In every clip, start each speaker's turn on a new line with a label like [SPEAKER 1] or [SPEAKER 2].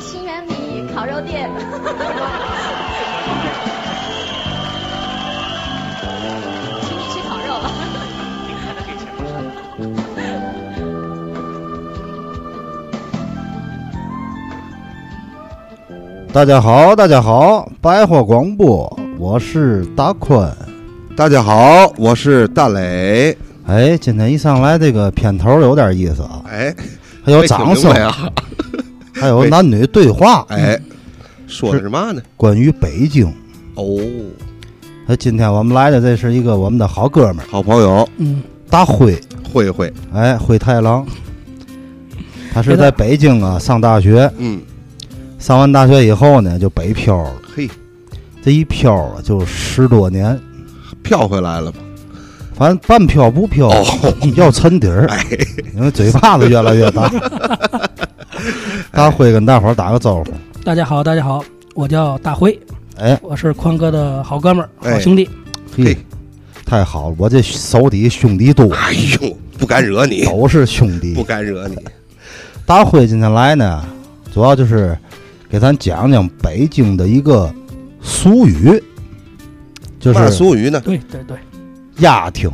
[SPEAKER 1] 新源米烤肉店。请你吃烤肉吧。
[SPEAKER 2] 你看他给钱不是？
[SPEAKER 3] 大家好，大家好，百货广播，我是大坤。
[SPEAKER 4] 大家好，我是大磊。
[SPEAKER 3] 哎，今天一上来这个片头有点意思啊，
[SPEAKER 4] 哎，
[SPEAKER 3] 还有掌声
[SPEAKER 4] 没听明，白啊！
[SPEAKER 3] 还有男女对话。
[SPEAKER 4] 哎，说的是嘛呢？
[SPEAKER 3] 关于北京，
[SPEAKER 4] 哦，
[SPEAKER 3] 那今天我们来的这是一个我们的好哥们儿，
[SPEAKER 4] 好朋友
[SPEAKER 3] 大辉，
[SPEAKER 4] 慧慧，
[SPEAKER 3] 哎，灰太狼，他是在北京啊上大学，
[SPEAKER 4] 嗯，
[SPEAKER 3] 上完大学以后呢就北漂了，
[SPEAKER 4] 嘿，
[SPEAKER 3] 这一漂啊就十多年，
[SPEAKER 4] 飘回来了吧？
[SPEAKER 3] 反正半漂不漂
[SPEAKER 4] 哦，
[SPEAKER 3] 要沉底儿，
[SPEAKER 4] 哎，
[SPEAKER 3] 因为嘴巴子越来 越大。大辉跟大伙儿打个招呼，
[SPEAKER 5] 大家好，大家好，我叫大辉，
[SPEAKER 3] 哎
[SPEAKER 5] 我是宽哥的好哥们儿、
[SPEAKER 4] 哎
[SPEAKER 5] 好兄弟。
[SPEAKER 3] 嘿
[SPEAKER 4] 嘿，
[SPEAKER 3] 太好了，我这手底下兄弟多，
[SPEAKER 4] 哎呦，不敢惹你，
[SPEAKER 3] 都是兄
[SPEAKER 4] 哎
[SPEAKER 3] 弟。
[SPEAKER 4] 不敢惹你。
[SPEAKER 3] 大辉今天来呢，主要就是给咱讲讲北京的一个俗语，就
[SPEAKER 4] 嘛
[SPEAKER 3] 是
[SPEAKER 4] 俗语呢？
[SPEAKER 5] 对对对，
[SPEAKER 3] 压听。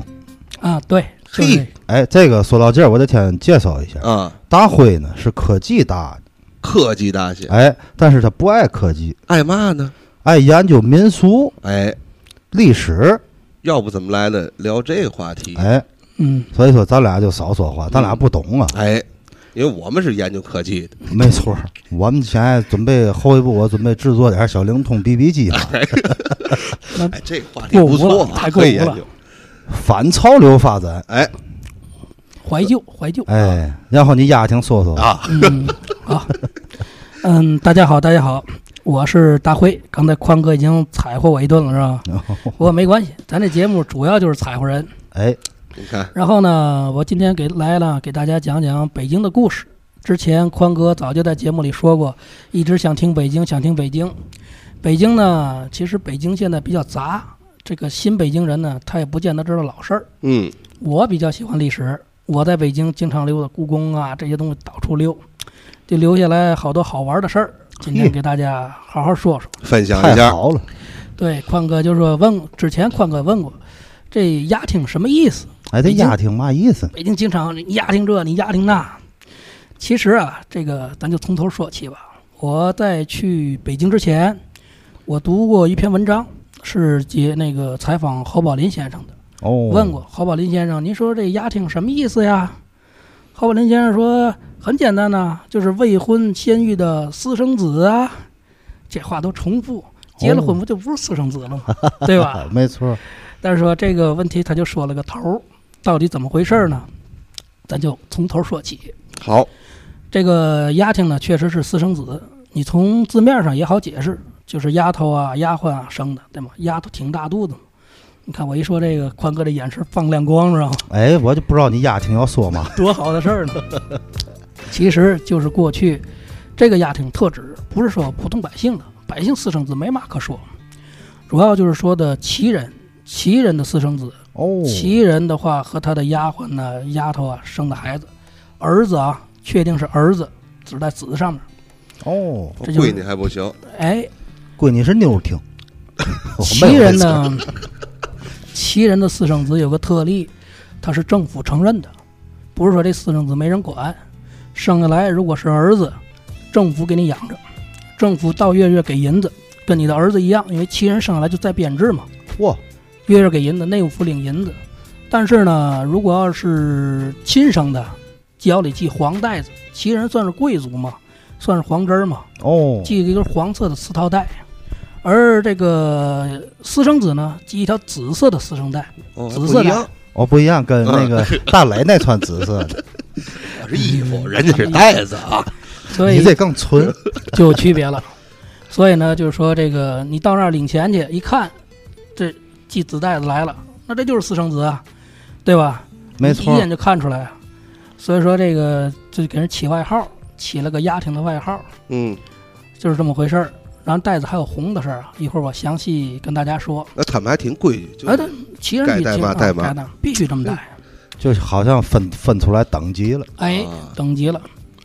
[SPEAKER 5] 啊对，就是
[SPEAKER 4] 嘿
[SPEAKER 3] 哎，这个说到这儿，我得先介绍一下，
[SPEAKER 4] 啊，
[SPEAKER 3] 大辉呢是科技大的，
[SPEAKER 4] 科技大些，
[SPEAKER 3] 哎，但是他不爱科技，
[SPEAKER 4] 爱嘛呢？
[SPEAKER 3] 爱研究民俗
[SPEAKER 4] 哎，
[SPEAKER 3] 历史，
[SPEAKER 4] 要不怎么来的聊这个话题？
[SPEAKER 3] 哎，
[SPEAKER 5] 嗯，
[SPEAKER 3] 所以说咱俩就少说话，咱俩不懂啊。
[SPEAKER 4] 哎，因为我们是研究科技的，
[SPEAKER 3] 没错儿，我们现在准备后一步，我准备制作点儿小灵通 BB 机嘛，
[SPEAKER 4] 哎，这个话题不
[SPEAKER 5] 过
[SPEAKER 4] 错
[SPEAKER 5] 无了
[SPEAKER 4] 啊，
[SPEAKER 5] 太过
[SPEAKER 4] 可以
[SPEAKER 5] 无了
[SPEAKER 4] 研究。
[SPEAKER 3] 反潮流发展。
[SPEAKER 4] 哎
[SPEAKER 5] 怀旧怀 旧。
[SPEAKER 3] 哎，然后你丫听说说，
[SPEAKER 4] 啊，
[SPEAKER 5] 嗯，好，嗯，大家好，大家好，我是大辉。刚才宽哥已经踩过我一顿了，是吧？
[SPEAKER 3] 然后
[SPEAKER 5] 不过没关系，咱这节目主要就是踩活人。
[SPEAKER 3] 哎，
[SPEAKER 4] 你看，
[SPEAKER 5] 然后呢，我今天给来了，给大家讲讲北京的故事。之前宽哥早就在节目里说过，一直想听北京，想听北京。北京呢，其实北京现在比较杂，这个新北京人呢，他也不见得知道老事儿。
[SPEAKER 4] 嗯，
[SPEAKER 5] 我比较喜欢历史，我在北京经常溜达故宫啊这些东西到处溜，就留下来好多好玩的事儿。今天给大家好好说说。
[SPEAKER 4] 分享一
[SPEAKER 3] 太
[SPEAKER 4] 下，
[SPEAKER 3] 好了，
[SPEAKER 5] 对，宽哥就说问，之前宽哥问过，这压听什么意思？
[SPEAKER 3] 哎，这丫听嘛意思？
[SPEAKER 5] 北京经常你压听这，你压听那。其实啊，这个咱就从头说起吧。我在去北京之前，我读过一篇文章，是接那个采访侯宝林先生的。
[SPEAKER 3] 哦，
[SPEAKER 5] 问过侯宝林先生，您说这压听什么意思呀？侯宝林先生说很简单呐、就是未婚先育的私生子啊。这话都重复，结了婚不就不是私生子了吗？对吧
[SPEAKER 3] 啊，？没错儿，
[SPEAKER 5] 但是说这个问题，他就说了个头儿，到底怎么回事儿呢？咱就从头说起。
[SPEAKER 4] 好，
[SPEAKER 5] 这个丫听呢，确实是私生子，你从字面上也好解释，就是丫头啊、丫鬟啊生的，对吗？丫头挺大肚子嘛。你看我一说这个，宽哥这眼神放亮光，知道吗？
[SPEAKER 3] 哎，我就不知道你丫听要说嘛，
[SPEAKER 5] 多好的事儿呢！其实就是过去这个丫挺特指，不是说普通百姓的，百姓私生子没嘛可说，主要就是说的旗人，旗人的私生子，
[SPEAKER 3] 哦，
[SPEAKER 5] 旗人的话和他的丫鬟呢、丫头啊生的孩子，儿子啊，确定是儿子，指在子上面。
[SPEAKER 3] 哦，
[SPEAKER 5] 这就是
[SPEAKER 4] 闺女还不行，
[SPEAKER 5] 哎，
[SPEAKER 3] 闺女是妞儿听，
[SPEAKER 5] 旗人呢， 旗人的私生子有个特例，他是政府承认的，不是说这私生子没人管，生下来如果是儿子，政府给你养着，政府到月月给银子，跟你的儿子一样，因为旗人生下来就在编制嘛，
[SPEAKER 3] 嚯，
[SPEAKER 5] 月月给银子，内务府领银子。但是呢，如果要是亲生的，脚里系黄带子，旗人算是贵族嘛，算是黄枝儿嘛，
[SPEAKER 3] 哦，
[SPEAKER 5] 系一根黄色的丝绦带，而这个私生子呢，系一条紫色的私生带。
[SPEAKER 4] 哦，还
[SPEAKER 5] 紫
[SPEAKER 4] 不
[SPEAKER 5] 色
[SPEAKER 4] 一
[SPEAKER 5] 的
[SPEAKER 4] 样，
[SPEAKER 3] 哦，不一样，跟那个大磊那穿紫色的，
[SPEAKER 4] 我是衣服，人家是袋子啊。
[SPEAKER 5] 所
[SPEAKER 3] 你
[SPEAKER 5] 以
[SPEAKER 3] 这更纯，
[SPEAKER 5] 就有区别了。所以呢，就是说这个你到那儿领钱去，一看这系紫带子来了，那这就是私生子啊，对吧？
[SPEAKER 3] 没
[SPEAKER 5] 一
[SPEAKER 3] 错
[SPEAKER 5] 眼
[SPEAKER 3] 儿，
[SPEAKER 5] 就看出来啊。所以说这个就给人起外号，起了个丫挺的外号，
[SPEAKER 4] 嗯，
[SPEAKER 5] 就是这么回事儿。然后带子还有红的事儿啊，一会儿我详细跟大家说。
[SPEAKER 4] 那他们还挺规矩，就啊
[SPEAKER 5] 哎，对，旗人
[SPEAKER 4] 该
[SPEAKER 5] 必须
[SPEAKER 4] 带嘛
[SPEAKER 5] 啊
[SPEAKER 4] 带嘛
[SPEAKER 5] 该带必须这么带。
[SPEAKER 3] 就是好像分分出来等级了，
[SPEAKER 5] 哎
[SPEAKER 4] 啊，
[SPEAKER 5] 等级了。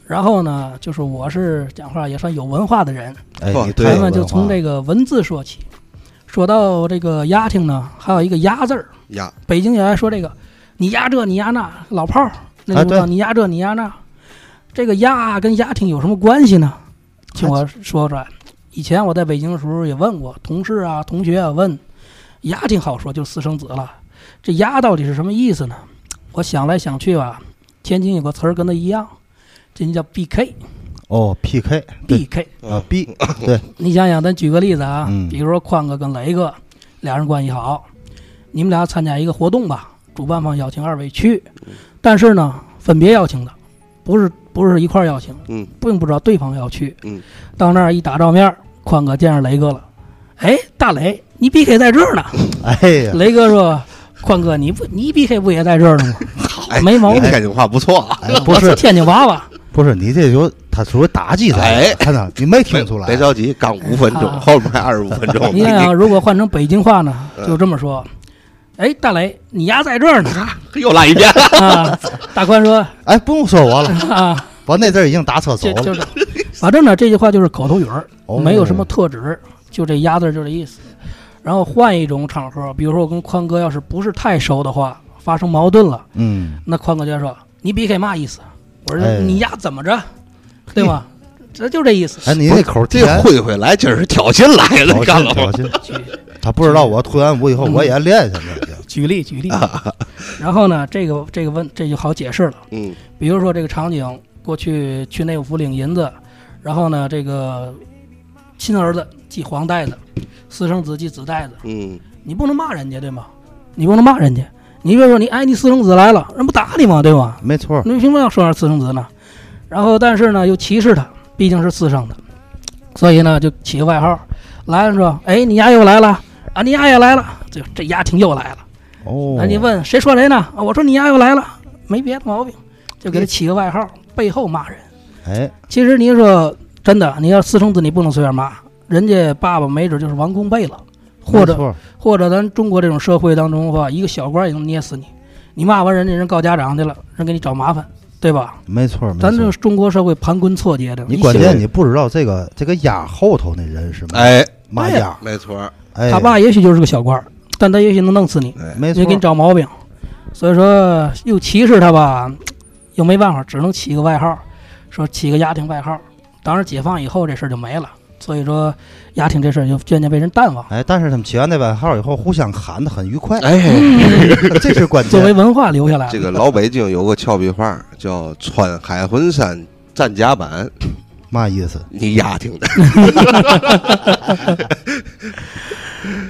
[SPEAKER 5] 然后呢，就是我是讲话也算有文化的人，
[SPEAKER 3] 哎，
[SPEAKER 4] 哦
[SPEAKER 3] 你
[SPEAKER 4] 对
[SPEAKER 3] 太
[SPEAKER 5] 咱
[SPEAKER 3] 有
[SPEAKER 5] 们就
[SPEAKER 3] 文
[SPEAKER 5] 从
[SPEAKER 3] 化
[SPEAKER 5] 这个文字说起。说到这个丫挺呢，还有一个丫字儿，
[SPEAKER 4] 呀，
[SPEAKER 5] 北京人爱说这个，你丫这你丫那，老炮儿，那
[SPEAKER 3] 哎
[SPEAKER 5] 你知道
[SPEAKER 3] 对
[SPEAKER 5] 你丫这你丫那，这个丫跟丫挺有什么关系呢？
[SPEAKER 3] 啊
[SPEAKER 5] 听我说出来。以前我在北京的时候也问过同事啊、同学啊，问丫挺好说，就是私生子了。这丫到底是什么意思呢？我想来想去吧，天津有个词儿跟它一样，这就叫 BK
[SPEAKER 3] 哦 PK 对
[SPEAKER 5] BK。
[SPEAKER 3] 啊 B 对
[SPEAKER 5] 你想想，咱举个例子啊，
[SPEAKER 3] 嗯
[SPEAKER 5] 比如说宽哥跟雷哥俩人关系好，你们俩参加一个活动吧，主办方邀请二位去，但是呢，分别邀请的，不是不是一块儿邀请，
[SPEAKER 4] 嗯，
[SPEAKER 5] 并不知道对方要去，
[SPEAKER 4] 嗯，
[SPEAKER 5] 到那儿一打照面，宽哥见着雷哥了，哎，大雷，你 BK 在这儿 呢？
[SPEAKER 3] 哎呀
[SPEAKER 5] 雷哥说，宽哥，你不你 BK 不也在这儿呢吗？
[SPEAKER 4] 哎
[SPEAKER 5] 没毛病
[SPEAKER 4] 你天津话不错 啊，
[SPEAKER 3] 哎不
[SPEAKER 5] 我
[SPEAKER 3] 是
[SPEAKER 5] 天津娃娃，
[SPEAKER 3] 不是你这就他属于打击
[SPEAKER 4] 哎
[SPEAKER 3] 赛，看到你没听出来
[SPEAKER 4] 别着急，刚五分钟，
[SPEAKER 5] 啊
[SPEAKER 4] 后面还二十五分钟。
[SPEAKER 5] 哦你想啊嗯想，如果换成北京话呢，就这么说，哎，大雷，你丫在这儿呢？
[SPEAKER 4] 你 又来一遍，
[SPEAKER 5] 啊，大宽说
[SPEAKER 3] 哎不用说我了，
[SPEAKER 5] 啊，
[SPEAKER 3] 我那阵儿已经打车走
[SPEAKER 5] 就就
[SPEAKER 3] 了，
[SPEAKER 5] 是，反正呢，这句话就是口头语儿，
[SPEAKER 3] 哦
[SPEAKER 5] 没有什么特指，就这压字儿就这意思。然后换一种场合，比如说我跟宽哥要是不是太熟的话，发生矛盾了，
[SPEAKER 3] 嗯
[SPEAKER 5] 那宽哥就说：“你 BK 嘛意思？”我说：“
[SPEAKER 3] 哎
[SPEAKER 5] 你丫怎么着？对吧？这就这意思。
[SPEAKER 3] 哎你那口儿
[SPEAKER 4] 这
[SPEAKER 3] 甜
[SPEAKER 4] 慧慧来今儿是挑衅来了，
[SPEAKER 3] 挑
[SPEAKER 4] 你
[SPEAKER 3] 衅
[SPEAKER 4] 看了
[SPEAKER 3] 挑
[SPEAKER 4] 吗？
[SPEAKER 3] 衅，他不知道我退完伍以
[SPEAKER 5] 嗯
[SPEAKER 3] 后我也练下来了已经，
[SPEAKER 5] 举例举例。然后呢，这个这个问这就好解释了。
[SPEAKER 4] 嗯，
[SPEAKER 5] 比如说这个场景，过去去内务府领银子，然后呢，这个亲儿子系黄带子，私生子系紫带子，
[SPEAKER 4] 嗯，
[SPEAKER 5] 你不能骂人家对吗？你不能骂人家，你别说你哎，你私生子来了，人不打你吗？对吗？
[SPEAKER 3] 没错儿，
[SPEAKER 5] 你凭什么要说人私生子呢？然后但是呢，又歧视他，毕竟是私生的，所以呢，就起个外号，来了说，哎，你丫又来了啊，你丫也来了，这这丫挺又来了。啊
[SPEAKER 3] 哦
[SPEAKER 5] 那你问谁说谁呢？啊，我说你丫又来了，没别的毛病，就给他起个外号，背后骂人。
[SPEAKER 3] 哎
[SPEAKER 5] 其实你说真的，你要私生子，你不能随便骂，人家爸爸没准就是王公贝了，或
[SPEAKER 3] 没
[SPEAKER 5] 者
[SPEAKER 3] 错儿
[SPEAKER 5] 或者咱中国这种社会当中的话，一个小官也能捏死你，你骂完人家人告家长去了，人给你找麻烦，对吧？
[SPEAKER 3] 没错儿没错
[SPEAKER 5] 咱这
[SPEAKER 3] 儿，
[SPEAKER 5] 中国社会盘根错节的，
[SPEAKER 3] 你
[SPEAKER 5] 一
[SPEAKER 3] 关
[SPEAKER 5] 小
[SPEAKER 3] 键你不知道这个这个鸭后头那人是吗？
[SPEAKER 4] 哎，
[SPEAKER 3] 嘛
[SPEAKER 5] 对
[SPEAKER 3] 鸭，
[SPEAKER 4] 没错儿，
[SPEAKER 3] 哎
[SPEAKER 5] 他爸也许就是个小官，但他也许能弄死你，
[SPEAKER 3] 没错
[SPEAKER 5] 也
[SPEAKER 3] 儿
[SPEAKER 5] 给你找毛病。所以说又歧视他吧，又没办法，只能起个外号，说起个丫挺外号。当然，解放以后这事儿就没了，所以说丫挺这事儿就渐渐被人淡忘。
[SPEAKER 3] 哎，但是他们起完那外号以后，互相喊的很愉快，
[SPEAKER 4] 哎，
[SPEAKER 3] 这是关
[SPEAKER 5] 作为
[SPEAKER 3] 键。
[SPEAKER 5] 文化留下来了，
[SPEAKER 4] 这个老北京有个俏皮话叫“穿海魂衫战甲板
[SPEAKER 3] 嘛意思”，？
[SPEAKER 4] 你丫听的，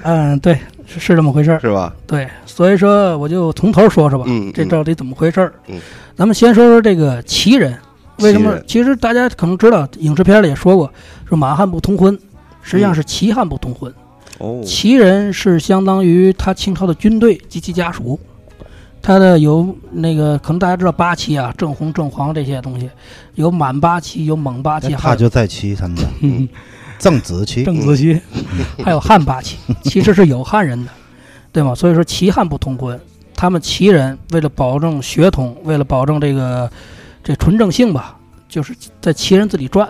[SPEAKER 5] 嗯，对，是是这么回事儿。
[SPEAKER 4] 是吧？
[SPEAKER 5] 对，所以说我就从头说说吧，
[SPEAKER 4] 嗯嗯
[SPEAKER 5] 这到底怎么回事儿？
[SPEAKER 4] 嗯
[SPEAKER 5] 咱们先说说这个旗人，为什
[SPEAKER 4] 旗
[SPEAKER 5] 么
[SPEAKER 4] 人？
[SPEAKER 5] 其实大家可能知道，影视片里也说过，说满汉不通婚，实际上是齐汉不通婚。
[SPEAKER 4] 嗯哦
[SPEAKER 5] 旗人是相当于他清朝的军队及其家属，他的有那个可能大家知道八旗啊，正红、正黄这些东西，有满八旗，有蒙八
[SPEAKER 4] 哎
[SPEAKER 5] 旗，
[SPEAKER 3] 那
[SPEAKER 5] 还
[SPEAKER 3] 他
[SPEAKER 5] 有
[SPEAKER 3] 就在骑他们家
[SPEAKER 5] 嗯
[SPEAKER 3] 正子骑，
[SPEAKER 5] 郑子旗，还有汉八旗，其实是有汉人的，对吗？所以说齐汉不通婚，他们齐人为了保证血统，为了保证这个这纯正性吧，就是在齐人自己转，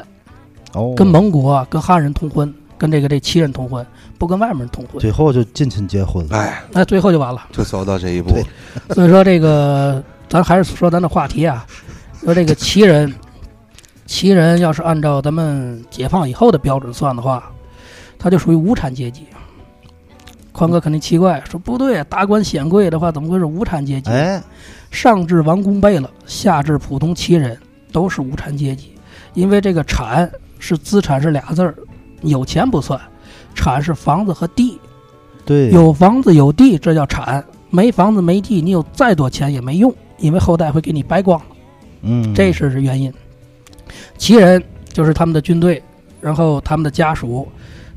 [SPEAKER 3] 哦，
[SPEAKER 5] 跟蒙古啊、跟汉人通婚，跟这个这齐人通婚，不跟外面人通婚，
[SPEAKER 3] 最后就近亲结婚了。
[SPEAKER 4] 哎，
[SPEAKER 5] 那最后就完了。
[SPEAKER 4] 就走到这一步
[SPEAKER 3] 对，
[SPEAKER 5] 所以说这个，咱还是说咱的话题啊，说这个旗人，旗人要是按照咱们解放以后的标准算的话，他就属于无产阶级。宽哥肯定奇怪，说不对啊，达官显贵的话，怎么会是无产阶级？
[SPEAKER 3] 哎，
[SPEAKER 5] 上至王公贝勒，下至普通旗人，都是无产阶级，因为这个“产”是资产是俩字儿，有钱不算，产是房子和地，
[SPEAKER 3] 对，
[SPEAKER 5] 有房子有地，这叫产；没房子没地，你有再多钱也没用，因为后代会给你掰光了，
[SPEAKER 3] 嗯，
[SPEAKER 5] 这是是原因。旗人就是他们的军队，然后他们的家属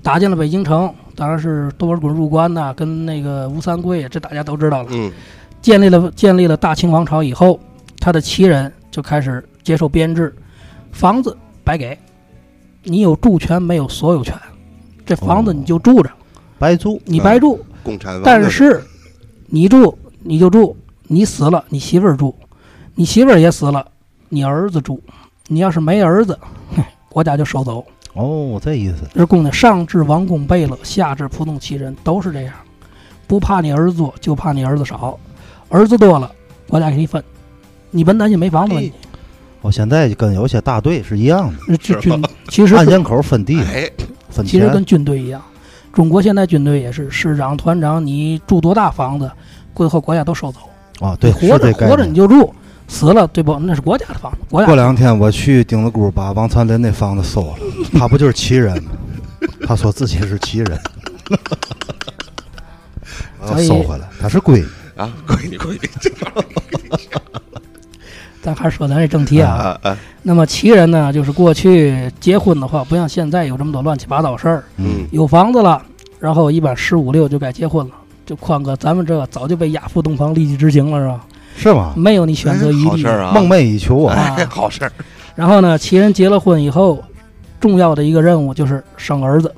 [SPEAKER 5] 打进了北京城，当然是多尔衮入关呐、跟那个吴三桂，这大家都知道了。
[SPEAKER 4] 嗯，
[SPEAKER 5] 建立了建立了大清王朝以后，他的旗人就开始接受编制，房子白给，你有住权没有所有权，这房
[SPEAKER 3] 哦
[SPEAKER 5] 子你就住着，
[SPEAKER 3] 白租，
[SPEAKER 5] 你白住。
[SPEAKER 4] 共产党
[SPEAKER 5] 但是你住你就住，你死了你媳妇儿住，你媳妇儿也死了，你儿子住，你要是没儿子， 哼国家就收走。
[SPEAKER 3] 哦，这意思，
[SPEAKER 5] 这供的上至王公贝勒，下至普通旗人，都是这样，不怕你儿子多，就怕你儿子少。儿子多了，国家给你分。你本南也没房子，
[SPEAKER 4] 哎
[SPEAKER 5] 你
[SPEAKER 3] 我哦现在就跟有些大队是一样的，
[SPEAKER 5] 这这
[SPEAKER 4] 是吧
[SPEAKER 5] 军其实
[SPEAKER 3] 按人口分地
[SPEAKER 4] 哎，
[SPEAKER 3] 分
[SPEAKER 5] 其实
[SPEAKER 3] 钱
[SPEAKER 5] 跟，军队一样，中国现在军队也是师长、团长，你住多大房子，最后国家都收走。
[SPEAKER 3] 啊，对，
[SPEAKER 5] 活
[SPEAKER 3] 是
[SPEAKER 5] 着
[SPEAKER 3] 这概
[SPEAKER 5] 活着
[SPEAKER 3] 念
[SPEAKER 5] 你就住，死了对不？那是国家的房子，国
[SPEAKER 3] 过
[SPEAKER 5] 家
[SPEAKER 3] 两天我去丁字姑把王传林那房子收 了，他不就是旗人吗？他说自己是旗 人，
[SPEAKER 5] 所以
[SPEAKER 3] 收回来，他是闺女。
[SPEAKER 4] 啊， 闺女闺女，这
[SPEAKER 5] 咱还是说咱这正题啊。
[SPEAKER 4] 啊啊，
[SPEAKER 5] 那么旗人呢，就是过去结婚的话，不像现在有这么多乱七八糟事儿，
[SPEAKER 4] 嗯，
[SPEAKER 5] 有房子了，然后一般十五六就该结婚了。就宽哥，咱们这早就被押赴东方，立即执行了是吧？
[SPEAKER 3] 是吗？
[SPEAKER 5] 没有你选择余
[SPEAKER 4] 好
[SPEAKER 5] 地
[SPEAKER 4] 事。儿啊，
[SPEAKER 3] 梦寐以求啊！
[SPEAKER 4] 哎，好事儿，
[SPEAKER 5] 然后呢，旗人结了婚以后，重要的一个任务就是生儿子，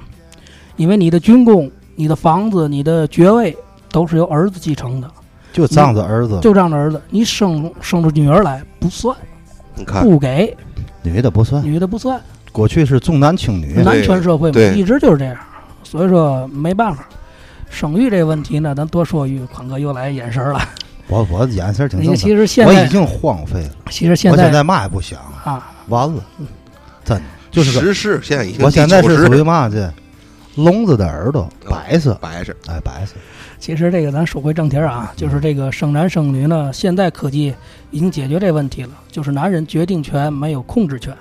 [SPEAKER 5] 因为你的军功、你的房子、你的爵位都是由儿子继承的，
[SPEAKER 3] 就仗着儿子，
[SPEAKER 5] 就这样的儿子，你生生出女儿来不算，
[SPEAKER 4] 你
[SPEAKER 3] 啊
[SPEAKER 4] 看，
[SPEAKER 5] 不给
[SPEAKER 3] 女的不算。
[SPEAKER 4] 嗯
[SPEAKER 5] 女的不算，
[SPEAKER 3] 过去是重男轻女，
[SPEAKER 5] 男权社会嘛，
[SPEAKER 4] 对
[SPEAKER 5] 一直就是这样，所以说没办法。生育这问题呢，咱多说一句，宽哥又来眼神儿了。
[SPEAKER 3] 我我眼神挺
[SPEAKER 5] 你
[SPEAKER 3] 正常
[SPEAKER 5] 其。实现
[SPEAKER 3] 嗯我已
[SPEAKER 5] 在，
[SPEAKER 3] 经荒废了，
[SPEAKER 5] 其实现
[SPEAKER 3] 我现
[SPEAKER 5] 在
[SPEAKER 3] 在嘛也不想了，
[SPEAKER 5] 啊，
[SPEAKER 3] 完了，真的就是个。
[SPEAKER 4] 时事，现在已经
[SPEAKER 3] 我现在
[SPEAKER 4] 第九
[SPEAKER 3] 是
[SPEAKER 4] 十嗯
[SPEAKER 3] 属于嘛去？聋子的耳朵，白色，
[SPEAKER 4] 白事，
[SPEAKER 3] 哎，白色。
[SPEAKER 5] 其实这个咱说回正题儿
[SPEAKER 3] 嗯
[SPEAKER 5] 啊，就是这个生男生女呢，现在科技已经解决这问题了，就是男人决定权没有控制权，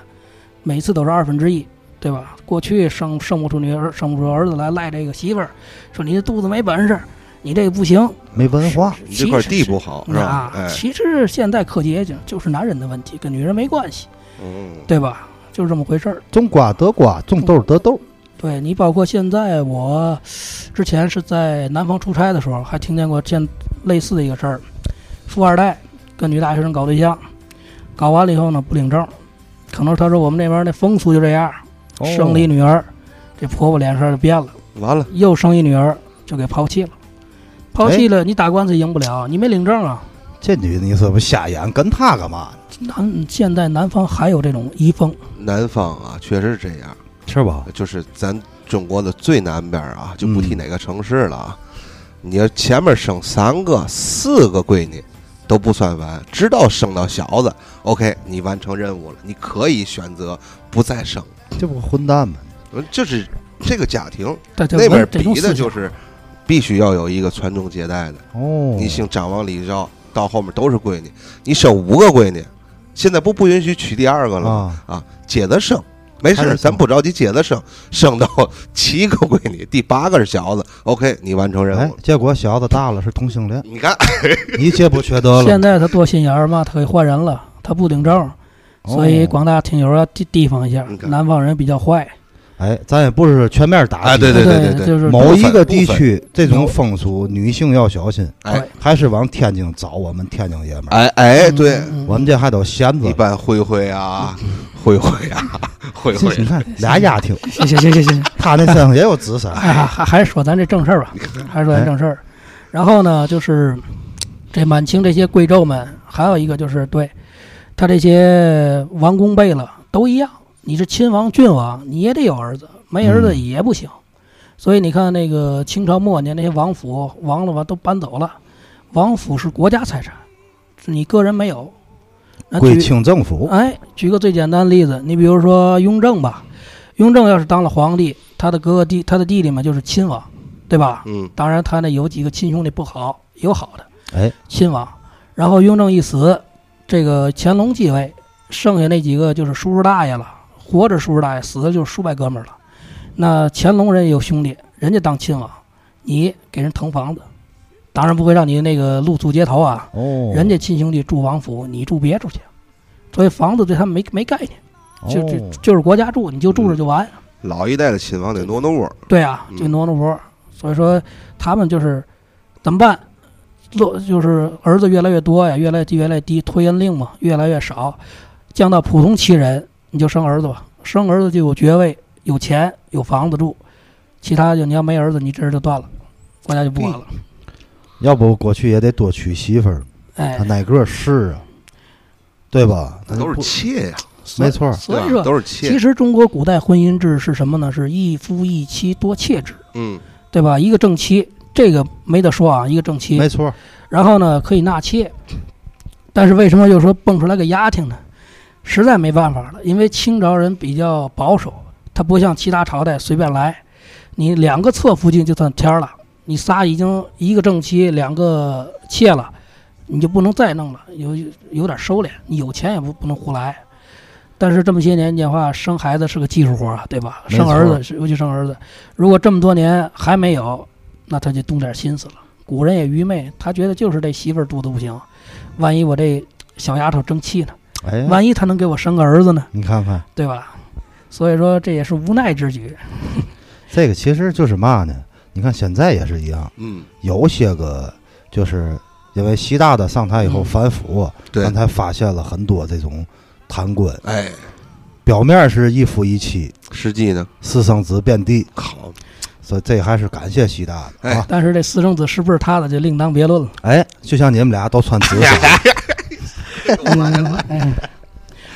[SPEAKER 5] 每次都是二分之一，对吧？过去生生不出女儿，生不出儿子来赖这个媳妇儿，说你这肚子没本事，你这个不行，
[SPEAKER 4] 嗯
[SPEAKER 3] 没文化，
[SPEAKER 4] 你这块地不好是吧
[SPEAKER 5] 啊？，
[SPEAKER 4] 哎，
[SPEAKER 5] 其实现在科技也就就是男人的问题，跟女人没关系，
[SPEAKER 4] 嗯，
[SPEAKER 5] 对吧？就是这么回事儿。
[SPEAKER 3] 种瓜得瓜，种豆得豆。
[SPEAKER 5] 对你，包括现在我之前是在南方出差的时候，还听见过见类似的一个事儿：富二代跟女大学生搞对象，搞完了以后呢不领证，可能他说我们这边那风俗就这样，
[SPEAKER 3] 哦
[SPEAKER 5] 嗯生了一女儿，这婆婆脸色就变了，
[SPEAKER 4] 完了，
[SPEAKER 5] 又生一女儿就给抛弃了，抛
[SPEAKER 4] 哎
[SPEAKER 5] 弃了你打官司赢不了，你没领证啊。
[SPEAKER 3] 这女的，你说不瞎眼，跟他干嘛呢？
[SPEAKER 5] 南现在南方还有这种遗风，
[SPEAKER 4] 南方啊，确实是这样。
[SPEAKER 3] 是吧？
[SPEAKER 4] 就是咱中国的最南边啊，就不
[SPEAKER 3] 嗯
[SPEAKER 4] 提哪个城市了啊。你要前面生三个、四个闺女都不算完，直到生到小子，OK，你完成任务了，你可以选择不再生。嗯
[SPEAKER 3] 这不混蛋吗？
[SPEAKER 4] 就是这个家庭
[SPEAKER 5] 但这
[SPEAKER 4] 那边
[SPEAKER 5] 这种
[SPEAKER 4] 比的
[SPEAKER 5] 思想
[SPEAKER 4] 就是必须要有一个传宗接代的。
[SPEAKER 3] 哦，
[SPEAKER 4] 你姓张王李赵，到后面都是闺女，你生五个闺女，现在不不允许娶第二个了吗？
[SPEAKER 3] 啊，
[SPEAKER 4] 啊，接着生，没事
[SPEAKER 3] 还
[SPEAKER 4] 儿，
[SPEAKER 3] 是
[SPEAKER 4] 咱
[SPEAKER 3] 生
[SPEAKER 4] 不着急，接着生，生到 七个闺女，第八个是小子，OK，你完成任
[SPEAKER 3] 哎
[SPEAKER 4] 务了。，
[SPEAKER 3] 结果小子大了是同
[SPEAKER 5] 哎
[SPEAKER 3] 性恋，
[SPEAKER 4] 你看，
[SPEAKER 3] 你这不缺德 了
[SPEAKER 5] 现。在他多心眼儿嘛，他给换人了，他不领证，所以
[SPEAKER 3] 哦
[SPEAKER 5] 广大听友要提提防一下
[SPEAKER 4] 你，看
[SPEAKER 5] 南方人比较坏。
[SPEAKER 3] 哎，咱也不是全面打击
[SPEAKER 4] 哎对对对对对
[SPEAKER 5] 就是
[SPEAKER 3] 某一个地区这种风俗，女性要小心，
[SPEAKER 4] 嗯哎
[SPEAKER 3] 还是往天津找我们天津爷们儿。
[SPEAKER 4] 哎哎，对，
[SPEAKER 5] 嗯
[SPEAKER 3] 我们这还都闲着
[SPEAKER 4] 一，般灰灰啊，灰灰啊，灰
[SPEAKER 3] 这你
[SPEAKER 4] 灰，
[SPEAKER 3] 看俩丫 挺，
[SPEAKER 5] 行行行行行，
[SPEAKER 3] 他那身上也有紫
[SPEAKER 4] 啊
[SPEAKER 3] 色。
[SPEAKER 5] 哎还还是说咱这正事儿吧，还是说咱正事儿。然后呢，就是这满清这些贵胄们，还有一个就是对他这些王公贝勒都一样，你是亲王郡王，你也得有儿子，没儿子也不行。所以你看，那个清朝末年那些王府、王了吧都搬走了，王府是国家财产，是你个人没有。那
[SPEAKER 3] 归
[SPEAKER 5] 举
[SPEAKER 3] 清政府，
[SPEAKER 5] 哎，举个最简单的例子，你比如说雍正吧，雍正要是当了皇帝，他的哥哥弟，他的弟弟们就是亲王，对吧？
[SPEAKER 4] 嗯，
[SPEAKER 5] 当然，他那有几个亲兄弟不好，有好的
[SPEAKER 3] 哎，
[SPEAKER 5] 亲王。然后雍正一死，这个乾隆继位，剩下那几个就是叔叔大爷了，活着叔叔大爷，死了就是叔伯哥们儿了。那乾隆人也有兄弟，人家当亲王，你给人腾房子，当然不会让你那个露宿街头啊，
[SPEAKER 3] 哦，
[SPEAKER 5] 人家亲兄弟住王府，你住别处去，所以房子对他们没没概念，就就
[SPEAKER 3] 哦
[SPEAKER 5] 就是国家住，你就住着就完。
[SPEAKER 4] 老一代的亲王得挪挪窝，
[SPEAKER 5] 对啊，就
[SPEAKER 4] 嗯
[SPEAKER 5] 挪挪窝。所以说他们就是怎么办？落就是儿子越来越多呀，越来越来越低，推恩令嘛，越来越少，降到普通旗人，你就生儿子吧，生儿子就有爵位、有钱、有房子住，其他就你要没儿子，你这人就断了，国家就不管了。
[SPEAKER 3] 要不过去也得多娶媳妇儿，
[SPEAKER 5] 哎
[SPEAKER 3] 他，哪个是啊？对吧？他
[SPEAKER 4] 都是
[SPEAKER 3] 不
[SPEAKER 4] 妾呀，
[SPEAKER 5] 所以
[SPEAKER 3] 没错儿，
[SPEAKER 5] 所以
[SPEAKER 4] 对吧
[SPEAKER 5] 说，
[SPEAKER 4] 都是
[SPEAKER 5] 其
[SPEAKER 4] 妾，
[SPEAKER 5] 实中国古代婚姻制是什么呢？是一夫一妻多妾制，
[SPEAKER 4] 嗯，
[SPEAKER 5] 对吧？一个正妻，这个没得说啊，一个正妻
[SPEAKER 3] 没。错儿，
[SPEAKER 5] 然后呢，可以纳妾，但是为什么又说蹦出来个丫挺呢？实在没办法了，因为清朝人比较保守，他不像其他朝代随便来，你两个侧福晋就算天儿了，你仨已经一个正妻，两个妾了，你就不能再弄了，有有点收敛，你有钱也不不能胡来。但是这么些年的话，生孩子是个技术活儿啊，对吧？
[SPEAKER 3] 没
[SPEAKER 5] 生儿
[SPEAKER 3] 错
[SPEAKER 5] 子是，尤其生儿子，如果这么多年还没有，那他就动点心思了。古人也愚昧，他觉得就是这媳妇儿肚子不行，万一我这小丫头争气呢？
[SPEAKER 3] 哎呀，
[SPEAKER 5] 万一他能给我生个儿子呢？
[SPEAKER 3] 你看看
[SPEAKER 5] 对吧？所以说这也是无奈之举。
[SPEAKER 3] 这个其实就是嘛呢？你看现在也是一样，
[SPEAKER 4] 嗯，
[SPEAKER 3] 有些个就是因为习大大上台以后
[SPEAKER 5] 嗯
[SPEAKER 3] 反腐，
[SPEAKER 4] 对
[SPEAKER 3] 咱，才发现了很多这种贪官，
[SPEAKER 4] 哎，
[SPEAKER 3] 表面是一夫一妻，
[SPEAKER 4] 实际呢，
[SPEAKER 3] 私生子遍地，
[SPEAKER 4] 靠，
[SPEAKER 3] 所以这还是感谢习大大啊！
[SPEAKER 5] 但是这私生子是不是他的就另当别论 了。
[SPEAKER 3] 哎，就像你们俩都穿紫色，
[SPEAKER 5] 嗯，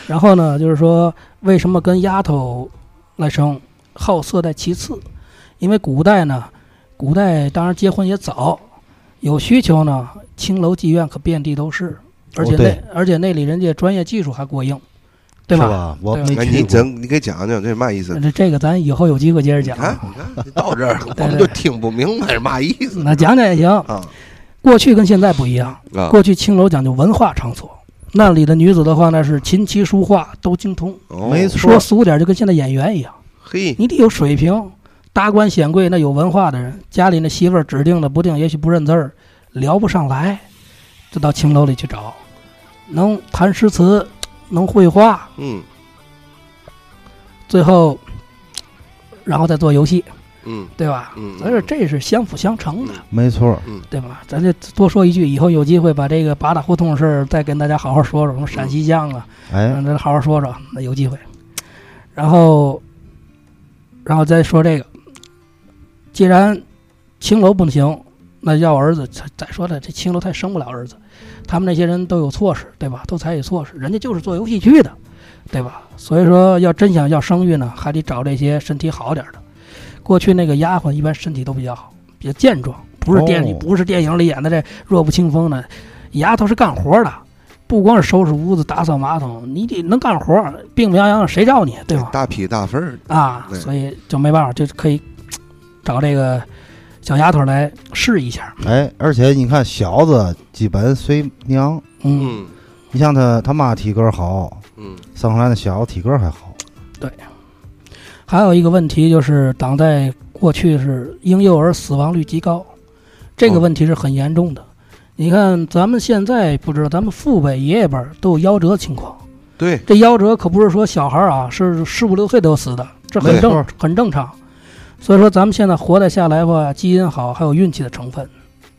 [SPEAKER 5] 然后呢，就是说为什么跟丫头来生，好色在其次，因为古代呢，古代当然结婚也早，有需求呢，青楼妓院可遍地都是，而且
[SPEAKER 3] 哦
[SPEAKER 5] 那、
[SPEAKER 3] 对
[SPEAKER 5] 而且那里人家专业技术还过硬，对
[SPEAKER 3] 是
[SPEAKER 5] 吧？
[SPEAKER 3] 吧？我没
[SPEAKER 5] 对
[SPEAKER 4] 哎，
[SPEAKER 3] 去
[SPEAKER 4] 你
[SPEAKER 3] 过，
[SPEAKER 4] 整，你给讲讲这嘛意思？
[SPEAKER 5] 这这个咱以后有机会接着
[SPEAKER 4] 你
[SPEAKER 5] 讲。啊
[SPEAKER 4] 看，你看，你到这儿我
[SPEAKER 5] 对
[SPEAKER 4] 们
[SPEAKER 5] 对嗯
[SPEAKER 4] 就听不明白是嘛意思
[SPEAKER 5] 那讲讲也行，
[SPEAKER 4] 啊
[SPEAKER 5] 过去跟现在不一样，
[SPEAKER 4] 啊！
[SPEAKER 5] 过去青楼讲究文化场所，那里的女子的话呢是琴棋书画都精通，
[SPEAKER 4] 哦
[SPEAKER 3] 没错
[SPEAKER 5] 说俗点儿就跟现在演员一样。
[SPEAKER 4] 嘿，
[SPEAKER 5] 你得有水平，达官显贵那有文化的人，家里那媳妇儿指定的不定，也许不认字儿，聊不上来，就到青楼里去找，能弹诗词，能绘画，
[SPEAKER 4] 嗯
[SPEAKER 5] 最后，然后再做游戏，
[SPEAKER 4] 嗯
[SPEAKER 5] 对吧？
[SPEAKER 4] 嗯，
[SPEAKER 5] 所以说这是相辅相成的，
[SPEAKER 3] 没错，
[SPEAKER 5] 对吧？咱就多说一句，以后有机会把这个八大胡同的事儿再跟大家好好说说，什么陕
[SPEAKER 4] 嗯
[SPEAKER 5] 西酱啊，
[SPEAKER 3] 哎
[SPEAKER 5] 让，咱好好说说，那有机会。然后，然后再说这个，既然青楼不行，那要儿子，再再说了，这青楼他也生不了儿子，他们那些人都有措施，对吧？都采取措施，人家就是做游戏去的，对吧？所以说，要真想要生育呢，还得找这些身体好点儿的。过去那个丫鬟一般身体都比较好，比较健壮，不是电、
[SPEAKER 3] 哦
[SPEAKER 5] 不是电影里演的这弱不禁风的，丫头是干活的。不光是收拾屋子、打扫马桶，你得能干活儿，病病殃殃，谁叫你，对吧？
[SPEAKER 4] 大批大份儿，
[SPEAKER 5] 啊，
[SPEAKER 4] 对
[SPEAKER 5] 所以就没办法，就可以找这个小丫头来试一下。
[SPEAKER 3] 哎，而且你看小子基本随娘，
[SPEAKER 5] 嗯，
[SPEAKER 4] 嗯
[SPEAKER 3] 你像他他妈体格好，
[SPEAKER 4] 嗯，
[SPEAKER 3] 生下来那小子体格还好，
[SPEAKER 5] 还有一个问题就是，党在过去是婴幼儿死亡率极高，这个
[SPEAKER 4] 嗯
[SPEAKER 5] 问题是很严重的。你看，咱们现在不知道，咱们父辈、爷爷辈儿都有夭折情况。
[SPEAKER 4] 对，
[SPEAKER 5] 这夭折可不是说小孩儿啊，是十五六岁都死的，这很
[SPEAKER 3] 没
[SPEAKER 5] 正
[SPEAKER 3] 错
[SPEAKER 5] 很正常。所以说，咱们现在活得下来吧，基因好，还有运气的成分，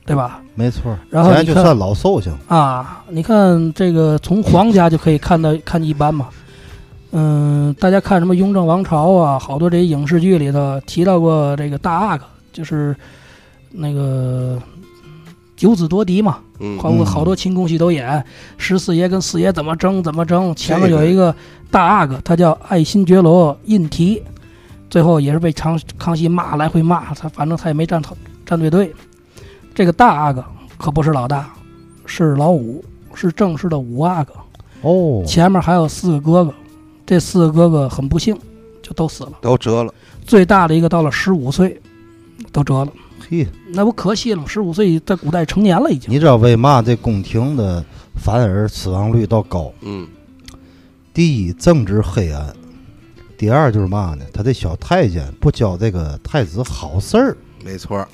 [SPEAKER 5] 对吧？
[SPEAKER 3] 没错。
[SPEAKER 5] 然后
[SPEAKER 3] 咱
[SPEAKER 5] 你
[SPEAKER 3] 就
[SPEAKER 5] 看
[SPEAKER 3] 算老寿星，
[SPEAKER 5] 啊，你看这个从皇家就可以看到看一般嘛。嗯，大家看什么《雍正王朝》啊，好多这些影视剧里头提到过这个大阿哥，就是那个九子夺嫡嘛，
[SPEAKER 4] 嗯
[SPEAKER 5] 包括好多清宫戏都演十四爷跟四爷怎么争怎么争。前面有一个大阿哥，他叫爱新觉罗·胤禔，最后也是被康康熙骂，来回骂他，反正他也没站头站对队。这个大阿哥可不是老大，是老五，是正式的五阿哥。
[SPEAKER 3] 哦，
[SPEAKER 5] 前面还有四个哥哥，这四个哥哥很不幸就都死了。
[SPEAKER 4] 都折了，
[SPEAKER 5] 最大的一个到了十五岁，都折了，
[SPEAKER 3] 嘿，
[SPEAKER 5] 那不可惜了吗？十五岁在古代成年了已经。
[SPEAKER 3] 你知道为嘛这宫廷的反而死亡率倒高？
[SPEAKER 4] 嗯
[SPEAKER 3] 第一，政治黑暗；第二就是嘛呢？他这小太监不教这个太子好事儿，
[SPEAKER 4] 没错儿，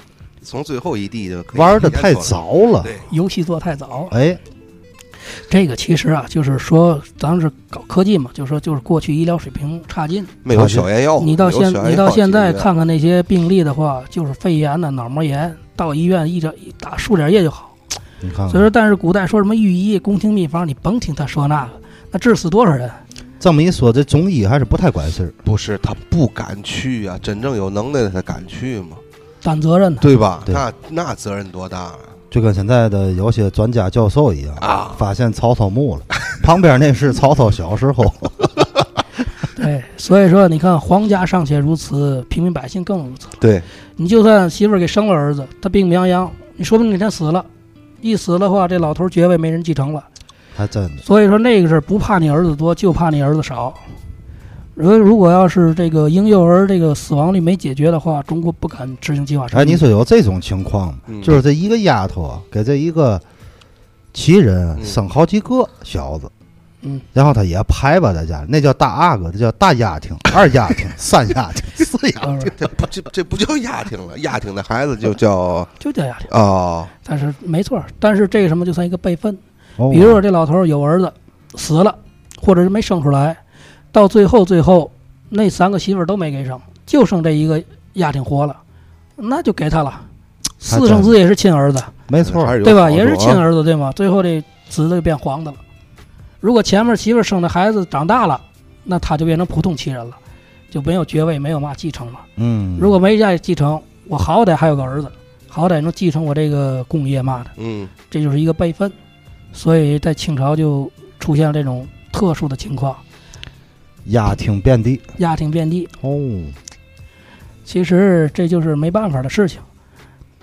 [SPEAKER 4] 从最后一地就可以
[SPEAKER 3] 玩的
[SPEAKER 4] 体验
[SPEAKER 3] 太
[SPEAKER 4] 出来了，
[SPEAKER 3] 早了。
[SPEAKER 4] 对，
[SPEAKER 5] 游戏做太早，
[SPEAKER 3] 哎，
[SPEAKER 5] 这个其实啊，就是说咱们是搞科技嘛，就是说就是过去医疗水平差劲，
[SPEAKER 4] 没有消炎药，
[SPEAKER 5] 你到现
[SPEAKER 4] 哦没有消炎药
[SPEAKER 5] 你到现在
[SPEAKER 4] 解决
[SPEAKER 5] 看看那些病例的话，就是肺炎呐、脑膜炎，到医院一点一打数点液就好。
[SPEAKER 3] 你
[SPEAKER 4] 嗯
[SPEAKER 3] 看
[SPEAKER 5] 所以
[SPEAKER 3] 看
[SPEAKER 5] 说，但是古代说什么御医、宫廷秘方，你甭听他说那个，那致死多少人？
[SPEAKER 3] 这么一说，这中医还是不太管事儿。
[SPEAKER 4] 不是他不敢去啊，真正有能耐的他敢去嘛，
[SPEAKER 5] 担 责任呢？
[SPEAKER 4] 对吧？
[SPEAKER 3] 对
[SPEAKER 4] 那那责任多大啊？
[SPEAKER 3] 就跟现在的有些专家教授一样
[SPEAKER 4] 啊
[SPEAKER 3] 发现曹操墓了，旁边那是曹操小时候。
[SPEAKER 5] 所以说，你看皇家尚且如此，平民百姓更如此。
[SPEAKER 4] 对，
[SPEAKER 5] 你就算媳妇儿给生了儿子，他病病殃殃，你说不定哪天死了，一死的话，这老头儿爵位没人继承了。
[SPEAKER 3] 还真的，
[SPEAKER 5] 所以说那个是不怕你儿子多，就怕你儿子少。如如果要是这个婴幼儿这个死亡率没解决的话，中国不敢执行计划生育。
[SPEAKER 3] 哎，你说有这种情况吗？
[SPEAKER 4] 嗯
[SPEAKER 3] 就是这一个丫头啊给这一个奇人啊
[SPEAKER 4] 嗯
[SPEAKER 3] 生好几个小子，
[SPEAKER 5] 嗯，
[SPEAKER 3] 然后他也排吧在家里，那叫大阿哥，这叫大丫 挺、二丫挺、三丫挺、四丫挺，
[SPEAKER 5] 呃
[SPEAKER 4] 这不这这不叫 丫挺了，丫挺的孩子就叫
[SPEAKER 5] 就这样的，
[SPEAKER 4] 哦，
[SPEAKER 5] 但是没错儿，但是这个什么就算一个备份。
[SPEAKER 3] 哦
[SPEAKER 5] 比如说这老头儿有儿子死了，或者是没生出来，到最后最后那三个媳妇儿都没给生，就剩这一个丫挺活了，那就给他了。
[SPEAKER 3] 还
[SPEAKER 5] 私生子也是亲儿子，
[SPEAKER 3] 没错
[SPEAKER 4] 还
[SPEAKER 3] 儿，
[SPEAKER 4] 有
[SPEAKER 5] 对吧？
[SPEAKER 4] 好处啊
[SPEAKER 5] 也是亲儿子，对吗？最后这子就变黄的了。如果前面媳妇儿生的孩子长大了，那他就变成普通亲人了，就没有爵位，没有嘛继承了。
[SPEAKER 3] 嗯，
[SPEAKER 5] 如果没再继承，我好歹还有个儿子，好歹能继承我这个功业嘛的，
[SPEAKER 4] 嗯，
[SPEAKER 5] 这就是一个辈分。所以在清朝就出现了这种特殊的情况，
[SPEAKER 3] 丫挺遍地
[SPEAKER 5] 压挺遍地。
[SPEAKER 3] 哦，
[SPEAKER 5] 其实这就是没办法的事情。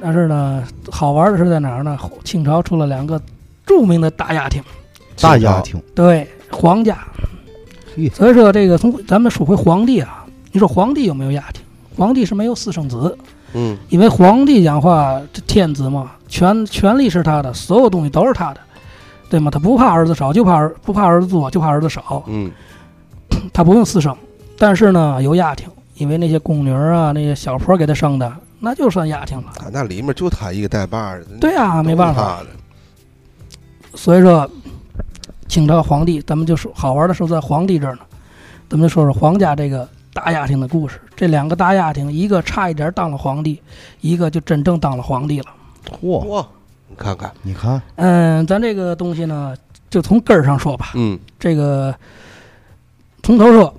[SPEAKER 5] 但是呢，好玩的是在哪儿呢？清朝出了两个著名的大压挺。
[SPEAKER 3] 大丫挺
[SPEAKER 5] 对，皇家
[SPEAKER 3] 嘿。
[SPEAKER 5] 所以说，这个从咱们说回皇帝啊，你说皇帝有没有雅庭？皇帝是没有私生子，
[SPEAKER 4] 嗯
[SPEAKER 5] 因为皇帝讲话这天子嘛，权权力是他的，所有东西都是他的，对吗？他不怕儿子少，就怕儿不怕儿子多，就怕儿子少，
[SPEAKER 4] 嗯
[SPEAKER 5] 他不用私生。但是呢，有雅庭，因为那些宫女儿啊，那些小婆给他生的，那就算雅庭了。
[SPEAKER 4] 啊，那里面就他一个带把儿的，
[SPEAKER 5] 对啊，
[SPEAKER 4] 都
[SPEAKER 5] 没
[SPEAKER 4] 是
[SPEAKER 5] 办法，
[SPEAKER 4] 他的，
[SPEAKER 5] 所以说，清朝皇帝，咱们就说好玩的说在皇帝这儿呢，咱们就说说皇家这个大丫挺的故事。这两个大丫挺，一个差一点当了皇帝，一个就真正当了皇帝了。
[SPEAKER 3] 嚯，
[SPEAKER 4] 哇，你看看，
[SPEAKER 3] 你看
[SPEAKER 5] 嗯，咱这个东西呢，就从根儿上说吧。
[SPEAKER 4] 嗯
[SPEAKER 5] 这个从头说，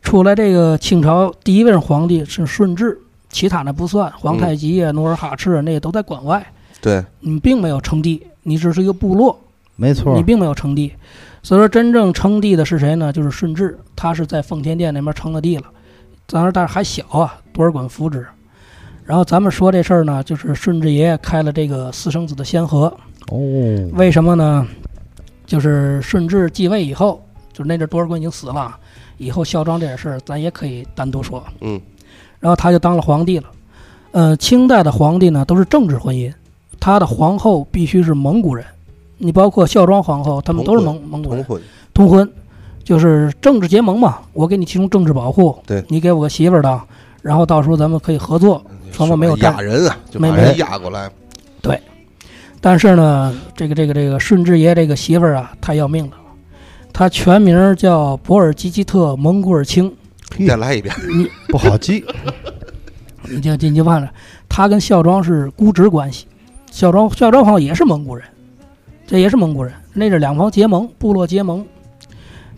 [SPEAKER 5] 出来这个清朝第一任皇帝是顺治，其他那不算，皇太极啊、努尔哈赤啊，那都在关外，
[SPEAKER 4] 对，
[SPEAKER 5] 你并没有称帝，你只是一个部落。
[SPEAKER 3] 没错
[SPEAKER 5] 你
[SPEAKER 3] 儿，
[SPEAKER 5] 并没有称帝。所以说，真正称帝的是谁呢？就是顺治，他是在奉天殿那边称的帝了。当然，但是还小啊，多尔衮扶植。然后咱们说这事儿呢，就是顺治爷爷开了这个私生子的先河。
[SPEAKER 3] 哦，
[SPEAKER 5] 为什么呢？就是顺治继位以后，就是那阵多尔衮已经死了啊，以后孝庄这点事儿咱也可以单独说。
[SPEAKER 4] 嗯
[SPEAKER 5] 然后他就当了皇帝了。呃，清代的皇帝呢都是政治婚姻，他的皇后必须是蒙古人，你包括孝庄皇后，他们都是蒙蒙古
[SPEAKER 4] 同
[SPEAKER 5] 人
[SPEAKER 4] 婚，
[SPEAKER 5] 通婚，就是政治结盟嘛，我给你提供政治保护，
[SPEAKER 4] 对
[SPEAKER 5] 你给我个媳妇儿当，然后到时候咱们可以合作。双方没有战
[SPEAKER 4] 压人啊，就把
[SPEAKER 5] 没
[SPEAKER 4] 人
[SPEAKER 5] 没
[SPEAKER 4] 压过 来，
[SPEAKER 5] 但是呢，这个这个这个顺治爷这个媳妇儿啊，太要命了，她全名叫博尔吉吉特·蒙古尔卿，
[SPEAKER 3] 嘿
[SPEAKER 4] 再来一遍，
[SPEAKER 3] 不好记，
[SPEAKER 5] 你就你就忘了，他跟孝庄是姑侄关系，孝庄孝庄好像也是蒙古人，这也是蒙古人，那是两方结盟，部落结盟。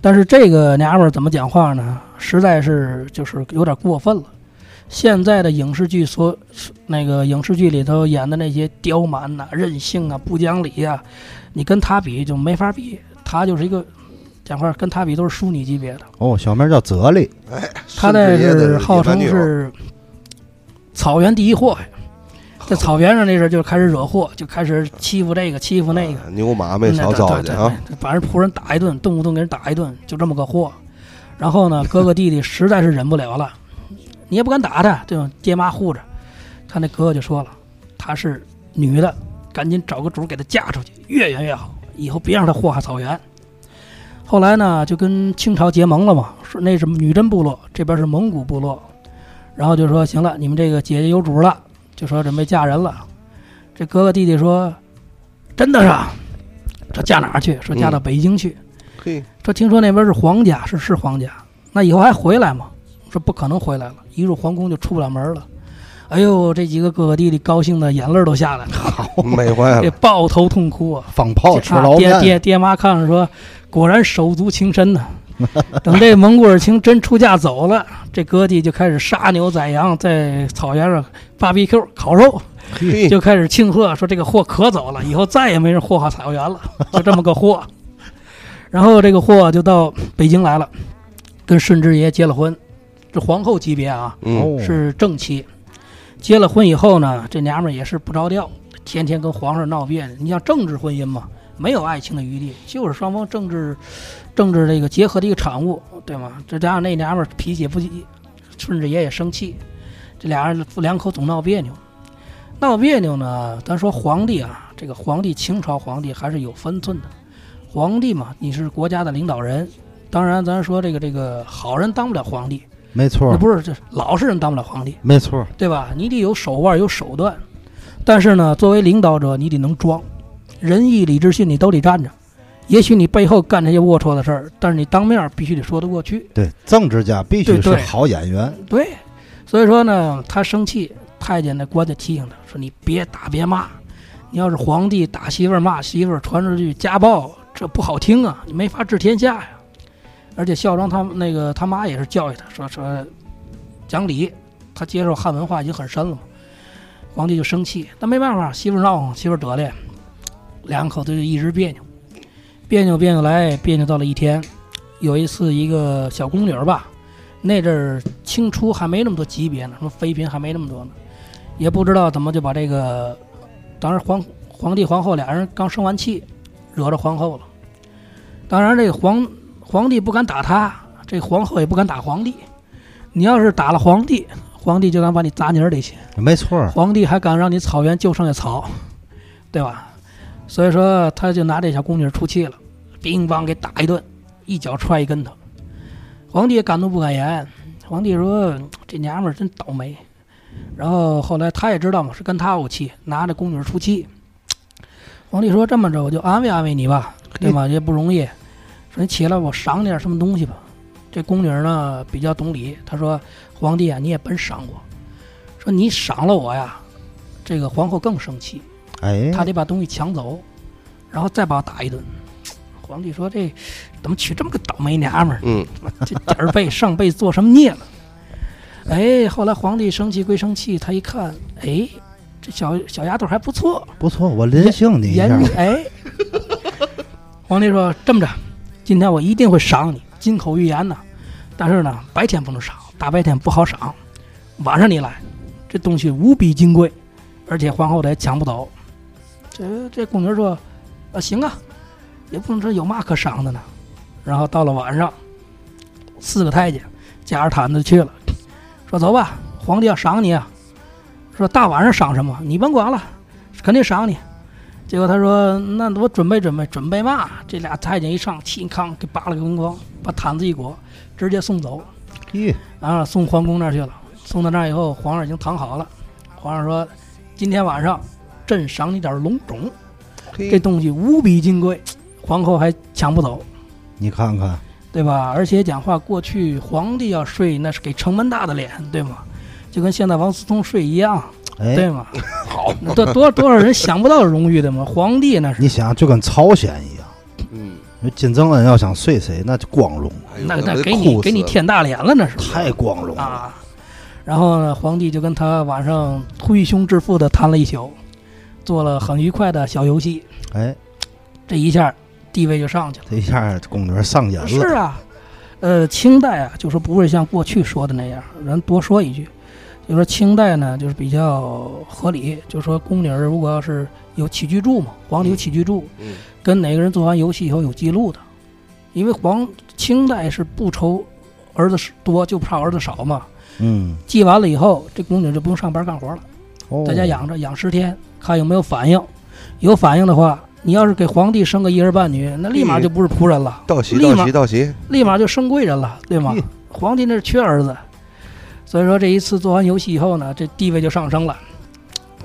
[SPEAKER 5] 但是这个娘们儿怎么讲话呢？实在是就是有点过分了。现在的影视剧所那个影视剧里头演的那些刁蛮呐、任性啊、不讲理呀、你跟他比就没法比，他就是一个讲话跟他比都是淑女级别的。
[SPEAKER 3] 哦，小名叫哲理，
[SPEAKER 4] 哎， 顺
[SPEAKER 5] 他那
[SPEAKER 4] 治爷的
[SPEAKER 5] 是
[SPEAKER 4] 野
[SPEAKER 5] 号
[SPEAKER 4] 蛮
[SPEAKER 5] 称
[SPEAKER 4] 女友
[SPEAKER 5] 是草原第一祸害， 在草原上那阵儿就开始惹祸，就开始欺负这个欺负那个
[SPEAKER 4] 啊，牛马没少糟践啊，
[SPEAKER 5] 嗯对对对把人仆人打一顿，动不动给人打一顿，就这么个货。然后呢，哥哥弟弟实在是忍不了了，你也不敢打他，对吧？爹妈护着，他那哥哥就说了，她是女的，赶紧找个主给她嫁出去，越远越好，以后别让她祸害草原。后来呢，就跟清朝结盟了嘛，说那是女真部落，这边是蒙古部落，然后就说行了，你们这个姐姐有主了，就说准备嫁人了。这哥哥弟弟说，真的是啊，这嫁哪儿去？说嫁到北京去。
[SPEAKER 4] 嘿，
[SPEAKER 5] 说听说那边是皇家，是是皇家，那以后还回来吗？说不可能回来了，一入皇宫就出不了门了。哎呦，这几个哥哥弟弟高兴的眼泪都下来了，
[SPEAKER 4] 美坏
[SPEAKER 5] 这
[SPEAKER 4] 了，
[SPEAKER 5] 抱头痛哭啊！
[SPEAKER 3] 放炮哦吃
[SPEAKER 5] 啊
[SPEAKER 3] 老
[SPEAKER 5] 爹
[SPEAKER 3] 面，
[SPEAKER 5] 爹爹妈看着说，果然手足情深呐、 等这蒙古尔卿真出嫁走了，这哥弟就开始杀牛宰羊，在草原上 BBQ 烤肉，
[SPEAKER 4] 嘿，
[SPEAKER 5] 就开始庆贺说这个货可走了，以后再也没人祸害草原了，就这么个货。 然后这个货就到北京来了，跟顺治爷结了婚，这皇后级别啊，
[SPEAKER 4] 嗯，
[SPEAKER 3] 哦
[SPEAKER 5] 是正妻。结了婚以后呢，这娘们儿也是不着调，天天跟皇上闹别扭。你像政治婚姻嘛，没有爱情的余地，就是双方政治政治这个结合的一个产物，对吗？这加上那娘们儿脾气也不顺着爷也生气，这俩人两口总闹别扭。闹别扭呢，咱说皇帝啊，这个皇帝清朝皇帝还是有分寸的。皇帝嘛，你是国家的领导人，当然咱说这个这个好人当不了皇帝，
[SPEAKER 3] 没错
[SPEAKER 5] 那
[SPEAKER 3] 儿，
[SPEAKER 5] 不是这老实人当不了皇帝。
[SPEAKER 3] 没错儿，
[SPEAKER 5] 对吧？你得有手腕，有手段。但是呢，作为领导者，你得能装，仁义礼智信你都得站着。也许你背后干这些龌龊的事儿，但是你当面儿必须得说得过去。
[SPEAKER 3] 对，政治家必须
[SPEAKER 5] 对
[SPEAKER 3] 是
[SPEAKER 5] 对
[SPEAKER 3] 好演员，
[SPEAKER 5] 对，所以说呢，他生气，太监的官就提醒他说：“你别打，别骂。你要是皇帝打媳妇儿、骂媳妇儿，传出去家暴，这不好听啊，你没法治天下呀。”而且孝庄他们那个他妈也是教育他说说讲理，他接受汉文化已经很深了嘛。皇帝就生气，但没办法，媳妇儿闹，媳妇儿得嘞，两口子就一直别扭，别扭别扭来，别扭到了一天，有一次一个小宫女儿吧，那阵儿清初还没那么多级别呢，什么妃嫔还没那么多呢，也不知道怎么就把这个，当时皇皇帝皇后俩人刚生完气，惹着皇后了。当然，这个皇皇帝不敢打他，这皇后也不敢打皇帝。你要是打了皇帝，皇帝就敢把你砸泥儿里去。
[SPEAKER 3] 没错儿，
[SPEAKER 5] 皇帝还敢让你草原就剩下草，对吧？所以说，他就拿这小宫女出气了，乒乓给打一顿，一脚踹一跟头。皇帝也敢怒不敢言，皇帝说：“这娘们儿真倒霉。”然后后来他也知道嘛，是跟他怄气，拿着宫女出气。皇帝说：“这么着，我就安慰安慰你吧，对吧？也不容易。说你起来，我赏你点什么东西吧。”这宫女呢比较懂礼，她说：“皇帝啊，你也甭赏我，说你赏了我呀，这个皇后更生气，
[SPEAKER 3] 哎，
[SPEAKER 5] 她得把东西抢走，然后再把我打一顿。皇帝说这怎么娶这么个倒霉娘们儿？
[SPEAKER 4] 嗯，
[SPEAKER 5] 这点儿背 上辈子做什么孽了？哎，后来皇帝生气归生气，他一看，哎，这小小丫头还不错，
[SPEAKER 3] 不错，我临幸你一下
[SPEAKER 5] 颜， 哎，皇帝说这么着，今天我一定会赏你，金口玉言呐。但是呢，白天不能赏，大白天不好赏，晚上你来，这东西无比金贵，而且皇后她也抢不走。这这宫女说，啊行啊，也不能说有嘛可赏的呢。然后到了晚上，四个太监夹着毯子去了，说走吧，皇帝要赏你啊。说大晚上赏什么？你甭管了，肯定赏你。结果他说：“那我准备准备，准备嘛？”这俩太监一上，嘁康给扒了个光光，把毯子一裹，直接送走，
[SPEAKER 3] 嘿，
[SPEAKER 5] 啊，送皇宫那儿去了。送到那儿以后，皇上已经躺好了。皇上说：“今天晚上，朕赏你点儿龙种，这
[SPEAKER 4] 嘿，
[SPEAKER 5] 东西无比金贵，皇后还抢不走，
[SPEAKER 3] 你看看，
[SPEAKER 5] 对吧？而且讲话，过去皇帝要睡，那是给城门大的脸，对吗？就跟现在王思聪睡一样，对
[SPEAKER 3] 哎，
[SPEAKER 5] 吗？好，多多多少人想不到荣誉的嘛，皇帝那是。”
[SPEAKER 3] 你想就跟朝鲜一样，
[SPEAKER 4] 嗯，
[SPEAKER 3] 那金正恩要想睡谁，那就光荣，
[SPEAKER 4] 哎呦
[SPEAKER 5] 那
[SPEAKER 4] 我
[SPEAKER 5] 那
[SPEAKER 4] 得
[SPEAKER 5] 给
[SPEAKER 4] 哭
[SPEAKER 5] 你
[SPEAKER 4] 死
[SPEAKER 5] 给你
[SPEAKER 4] 了
[SPEAKER 5] 舔大脸了，那是
[SPEAKER 3] 太光荣了，
[SPEAKER 5] 啊。然后呢，皇帝就跟他晚上挥胸致富的谈了一宿，做了很愉快的小游戏。
[SPEAKER 3] 哎，
[SPEAKER 5] 这一下地位就上去了。
[SPEAKER 3] 这一下宫女上瘾
[SPEAKER 5] 是
[SPEAKER 3] 了，
[SPEAKER 5] 啊，呃，清代啊，就说不会像过去说的那样。咱多说一句，就说清代呢，就是比较合理，就说宫女儿如果要是有起居注嘛，皇帝有起居注，
[SPEAKER 4] 嗯
[SPEAKER 5] 跟哪个人做完游戏以后有记录的，因为皇清代是不愁儿子多，就怕儿子少嘛。
[SPEAKER 3] 嗯，
[SPEAKER 5] 记完了以后，这宫女就不用上班干活了，
[SPEAKER 3] 哦
[SPEAKER 5] 在家养着，养十天，看有没有反应。有反应的话，你要是给皇帝生个一儿半女，那立马就不是仆人了，
[SPEAKER 4] 到齐
[SPEAKER 5] 立
[SPEAKER 4] 到
[SPEAKER 5] 马
[SPEAKER 4] 齐到齐，
[SPEAKER 5] 立马就升贵人了，对吗
[SPEAKER 3] 嗯？
[SPEAKER 5] 皇帝那是缺儿子，所以说这一次做完游戏以后呢，这地位就上升了。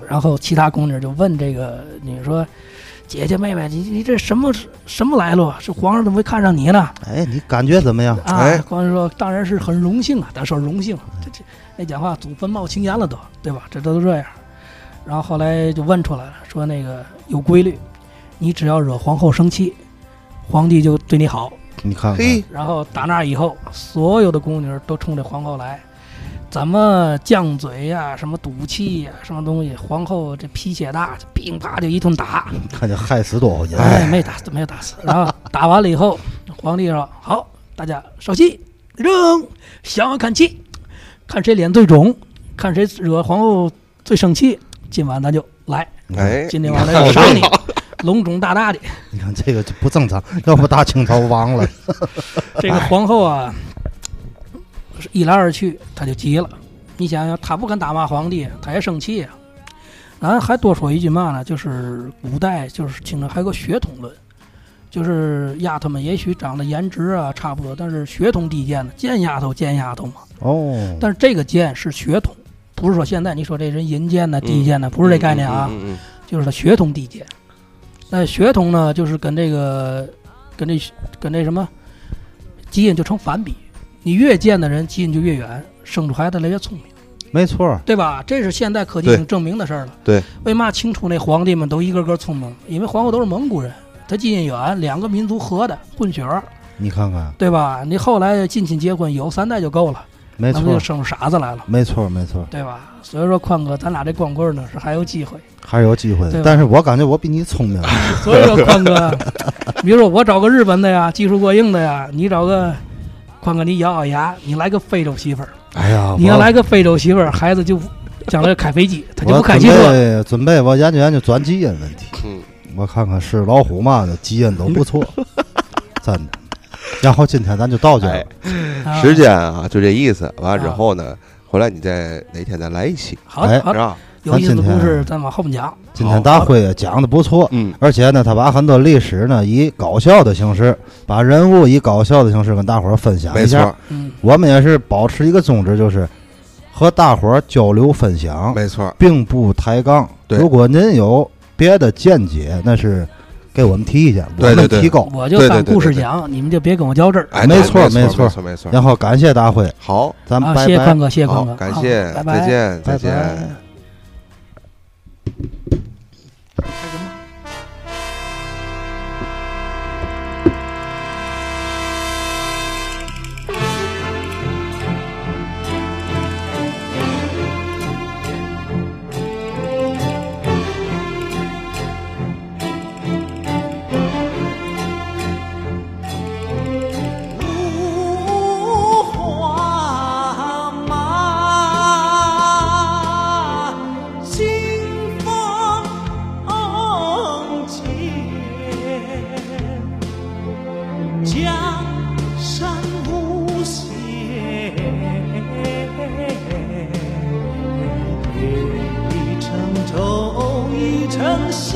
[SPEAKER 5] 然后其他宫女就问这个你说：“姐姐妹妹，你你这什么什么来路啊？是皇上怎么会看上你呢？”
[SPEAKER 3] 哎，你感觉怎么样？
[SPEAKER 5] 啊
[SPEAKER 4] 哎，
[SPEAKER 5] 光说当然是很荣幸啊，咱说荣幸，这这那讲话祖坟冒青烟了都，对吧？这都这样。然后后来就问出来了，说那个有规律，你只要惹皇后生气，皇帝就对你好。
[SPEAKER 3] 你
[SPEAKER 5] 嗯
[SPEAKER 3] 看看，
[SPEAKER 4] 嘿，
[SPEAKER 5] 然后打那以后，所有的宫女都冲这皇后来，怎么犟嘴呀、什么赌气呀、啊什么东西，皇后这脾气也大，乒啪就一顿打。
[SPEAKER 3] 看见害死多少人，
[SPEAKER 5] 哎，没打死，没有打死。然后打完了以后，皇帝说：“好，大家稍息，扔，想要看齐，看谁脸最肿，看谁惹皇后最生气，今晚咱就来，
[SPEAKER 4] 哎，
[SPEAKER 5] 今天晚上咱就杀你，隆肿大大的。
[SPEAKER 3] 你看这个就不正常， 要不大清朝亡了。
[SPEAKER 5] 这
[SPEAKER 4] 哎
[SPEAKER 5] 个皇后啊，是一来二去，她就急了。你想想，她不敢打骂皇帝，她也生气呀、啊。然后还多说一句嘛呢，就是古代就是清朝还有个血统论，就是丫头们也许长得颜值啊差不多，但是血统低贱的，贱丫头贱丫头嘛。
[SPEAKER 3] 哦，
[SPEAKER 5] 但是这个贱是血统，不是说现在你说这人淫贱呢、低贱呢，不是这概念啊，
[SPEAKER 4] 嗯，嗯嗯
[SPEAKER 5] 就是他血统低贱。那血统呢，就是跟这个跟这跟这什么基因就成反比，你越贱的人基因就越远，生出孩子来越聪明，
[SPEAKER 3] 没错儿，
[SPEAKER 5] 对吧？这是现代科技
[SPEAKER 4] 对
[SPEAKER 5] 已经证明的事儿了。
[SPEAKER 4] 对，
[SPEAKER 5] 为嘛清初那皇帝们都一个个聪明？因为皇后都是蒙古人，他基因远，两个民族合的混血儿，
[SPEAKER 3] 你看看，
[SPEAKER 5] 对吧？你后来近亲结婚有三代就够了，
[SPEAKER 3] 没
[SPEAKER 5] 那
[SPEAKER 3] 错
[SPEAKER 5] 不就
[SPEAKER 3] 儿，
[SPEAKER 5] 生出傻子来了。
[SPEAKER 3] 没错儿，没错儿，
[SPEAKER 5] 对吧？所以说，宽哥，咱俩这光棍呢是还有机会。
[SPEAKER 3] 还是有机会
[SPEAKER 5] 对
[SPEAKER 3] 的。
[SPEAKER 5] 吧
[SPEAKER 3] 但是我感觉我比你聪明，
[SPEAKER 5] 所以说，宽哥， 比如说我找个日本的呀，技术过硬的呀，你找个宽哥，你咬咬牙，你来个非洲媳妇儿，
[SPEAKER 3] 哎呀，
[SPEAKER 5] 你要
[SPEAKER 3] 我
[SPEAKER 5] 来个非洲媳妇儿，孩子就将来开飞机，他就
[SPEAKER 3] 我
[SPEAKER 5] 不开汽
[SPEAKER 3] 准
[SPEAKER 5] 车。
[SPEAKER 3] 备准备，我研究研究转基因问题。
[SPEAKER 4] 嗯
[SPEAKER 3] 我看看是老虎嘛的基因都不 错，真的。然后今天咱就到这儿
[SPEAKER 4] 哎
[SPEAKER 3] 了，
[SPEAKER 5] 啊
[SPEAKER 4] 时间啊，就这意思。完了之后呢，回来你再哪天再来一期，
[SPEAKER 5] 好
[SPEAKER 3] 哎
[SPEAKER 5] 好
[SPEAKER 4] 是，吧？
[SPEAKER 5] 有意思的
[SPEAKER 3] 咱今
[SPEAKER 5] 故
[SPEAKER 3] 天
[SPEAKER 5] 事咱往后面讲。
[SPEAKER 3] 今天大辉也讲的不错，
[SPEAKER 4] 嗯，
[SPEAKER 3] 而且呢，他把很多历史呢以搞笑的形式，把人物以搞笑的形式跟大伙儿分享
[SPEAKER 4] 没
[SPEAKER 3] 一
[SPEAKER 4] 错
[SPEAKER 3] 下
[SPEAKER 4] 儿。，
[SPEAKER 5] 嗯，
[SPEAKER 3] 我们也是保持一个宗旨，就是和大伙儿交流分享，
[SPEAKER 4] 没错儿，
[SPEAKER 3] 并不抬杠。
[SPEAKER 4] 对
[SPEAKER 3] 如果您有别的见解，那是给我们提意见，
[SPEAKER 4] 对
[SPEAKER 3] 我们
[SPEAKER 4] 对对
[SPEAKER 3] 提高。
[SPEAKER 5] 我就
[SPEAKER 4] 对对
[SPEAKER 5] 当
[SPEAKER 4] 对对
[SPEAKER 5] 故事
[SPEAKER 4] 对
[SPEAKER 5] 讲，你们就别跟我较真儿。
[SPEAKER 4] 哎，
[SPEAKER 3] 没
[SPEAKER 4] 对
[SPEAKER 3] 错儿
[SPEAKER 4] 没
[SPEAKER 3] 没
[SPEAKER 4] 错
[SPEAKER 3] 错
[SPEAKER 4] 儿，
[SPEAKER 3] 儿
[SPEAKER 4] 错儿，没错儿。
[SPEAKER 3] 然后感谢大辉，
[SPEAKER 4] 好，
[SPEAKER 3] 咱们
[SPEAKER 5] 啊，
[SPEAKER 3] 拜
[SPEAKER 5] 谢谢
[SPEAKER 3] 拜
[SPEAKER 5] 宽。哥，谢谢
[SPEAKER 4] 好
[SPEAKER 5] 宽哥，，
[SPEAKER 4] 感
[SPEAKER 5] 好
[SPEAKER 4] 谢，
[SPEAKER 5] 拜
[SPEAKER 4] 再
[SPEAKER 5] 拜。
[SPEAKER 4] 见，再
[SPEAKER 3] 拜拜
[SPEAKER 4] 见。
[SPEAKER 6] 芦花马，清风间，江山无限，一城愁，一城笑。啊啊啊啊啊